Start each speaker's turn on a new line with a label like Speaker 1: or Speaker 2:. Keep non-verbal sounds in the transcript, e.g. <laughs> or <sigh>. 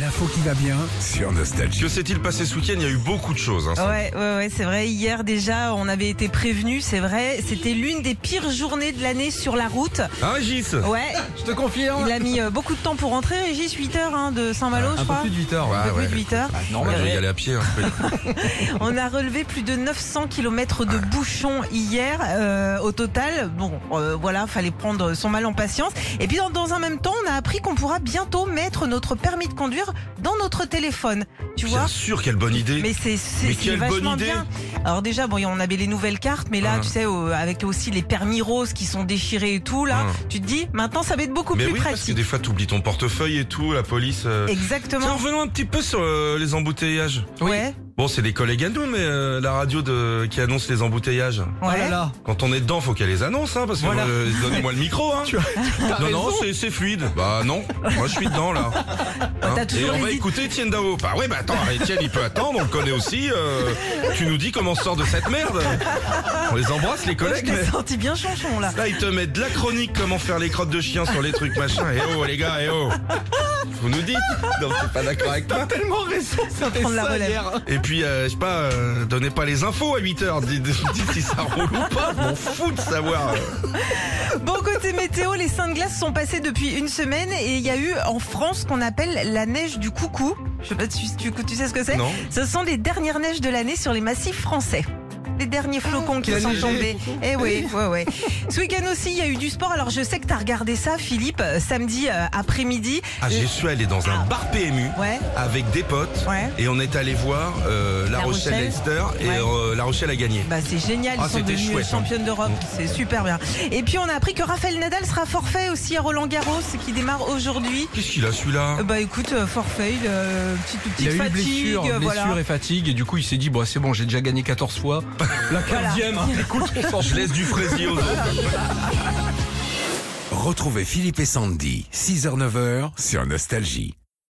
Speaker 1: l'info qui va bien.
Speaker 2: sur Nostalgie.
Speaker 3: Que s'est-il passé ce week-end Il y a eu beaucoup de choses. hein, ça.
Speaker 4: Ouais, ouais, ouais, c'est vrai. Hier déjà, on avait été prévenus, c'est vrai. C'était l'une des pires journées de l'année sur la route.
Speaker 3: Hein, Gis
Speaker 4: Ouais,
Speaker 1: Je te hein. confirme.
Speaker 4: il a mis euh, beaucoup de temps pour rentrer, Régis, 8 heures hein, de Saint-Malo, je
Speaker 2: Un peu
Speaker 4: crois.
Speaker 2: plus de 8 heures,
Speaker 4: Un
Speaker 2: ouais,
Speaker 4: peu
Speaker 2: ouais.
Speaker 4: plus de 8 heures.
Speaker 2: Ah,
Speaker 3: On
Speaker 2: normal.
Speaker 3: va y aller à pied. hein.
Speaker 4: On a relevé plus de 900 km de bouchons hier euh, au total. Bon, euh, voilà, fallait prendre son mal en patience. Et puis dans, dans un même temps, on a appris qu'on pourra bientôt mettre notre permis de conduire dans notre téléphone. <laughs> Tu vois
Speaker 3: Bien sûr, quelle bonne idée.
Speaker 4: Mais c'est c'est-
Speaker 3: Mais
Speaker 4: c'est
Speaker 3: quelle bonne
Speaker 4: vachement
Speaker 3: idée.
Speaker 4: bien. Alors déjà, bon, on avait les nouvelles cartes, mais là,
Speaker 3: Hein.
Speaker 4: tu sais, euh, avec aussi les permis roses qui sont déchirés et tout, là,
Speaker 3: Hein.
Speaker 4: tu te dis, maintenant, ça va être beaucoup
Speaker 3: Mais
Speaker 4: plus
Speaker 3: oui, parce que
Speaker 4: pratique.
Speaker 3: des fois, t'oublies ton portefeuille et tout, la police. euh. Tiens,
Speaker 4: Exactement.
Speaker 3: revenons un petit peu sur euh, les embouteillages.
Speaker 4: Ouais,
Speaker 3: Bon, c'est des collègues à nous, mais euh, la radio de... qui annonce les embouteillages.
Speaker 1: Oh
Speaker 4: ouais.
Speaker 1: là là.
Speaker 3: Quand on est dedans, faut qu'elle les annonce, hein, parce que
Speaker 1: Voilà.
Speaker 3: moi, euh, donnez-moi le micro.
Speaker 4: <laughs>
Speaker 3: Hein.
Speaker 1: T'as
Speaker 3: Non, non,
Speaker 1: raison.
Speaker 3: c'est- c'est fluide. Bah non, moi je suis dedans là. Hein.
Speaker 4: t'as toujours
Speaker 3: Et on
Speaker 4: les
Speaker 3: va
Speaker 4: idées.
Speaker 3: écouter Étienne Dao. Bah ouais, bah attends, Étienne il peut attendre, on le connaît aussi. euh, tu nous dis comment on sort de cette merde. On les embrasse les
Speaker 4: Je
Speaker 3: collègues.
Speaker 4: t'ai
Speaker 3: mais
Speaker 4: senti bien chanchon, là.
Speaker 3: Là ils te mettent de la chronique comment faire les crottes de chien sur les trucs machin. Et oh les gars, et oh. Vous nous dites Non, t'es pas d'accord avec toi.
Speaker 1: Tellement raison, c'était
Speaker 4: Prendre la
Speaker 1: ça
Speaker 4: relève.
Speaker 1: hier.
Speaker 3: Et puis, euh, je sais pas, euh, donnez pas les infos à 8h, dites, dites si ça roule ou pas, je m'en fous de savoir. euh.
Speaker 4: Bon côté météo, les seins de glace sont passés depuis une semaine et il y a eu en France ce qu'on appelle la neige du coucou. Je sais pas si tu, tu sais ce que c'est.
Speaker 3: Non.
Speaker 4: Ce sont les dernières neiges de l'année sur les massifs français. Les derniers flocons qui
Speaker 1: qui a
Speaker 4: sont
Speaker 1: neigé.
Speaker 4: tombés. Eh oui, ouais, ouais. Ce week-end aussi, il y a eu du sport. Alors je sais que t'as regardé ça, Philippe, euh, samedi euh, après-midi.
Speaker 3: Ah, j'ai su aller dans un bar PMU.
Speaker 4: Ouais.
Speaker 3: avec des potes
Speaker 4: Ouais.
Speaker 3: et on est allé voir euh, La,
Speaker 4: La
Speaker 3: Rochelle,
Speaker 4: Rochelle.
Speaker 3: Leinster et
Speaker 4: Ouais.
Speaker 3: euh, La Rochelle a gagné.
Speaker 4: Bah c'est génial, ils
Speaker 3: Ah,
Speaker 4: sont
Speaker 3: c'était
Speaker 4: devenus
Speaker 3: chouette, hein.
Speaker 4: championnes d'Europe, c'est super bien. Et puis on a appris que Raphaël Nadal sera forfait aussi à Roland Garros qui démarre aujourd'hui.
Speaker 3: Qu'est-ce qu'il a celui-là
Speaker 4: Euh, Bah écoute, euh, forfait, euh, petite, petite
Speaker 2: Il a eu une
Speaker 4: fatigue,
Speaker 2: blessure,
Speaker 4: euh,
Speaker 2: blessure
Speaker 4: voilà.
Speaker 2: et fatigue, et du coup il s'est dit bon c'est bon j'ai déjà gagné 14 fois.
Speaker 3: Bah,
Speaker 2: La
Speaker 4: <laughs>
Speaker 2: 15ème, écoute, on s'en
Speaker 3: Je
Speaker 2: fout.
Speaker 3: laisse du fraisier aux autres.
Speaker 5: Retrouvez Philippe et Sandy, 6h-9h sur Nostalgie.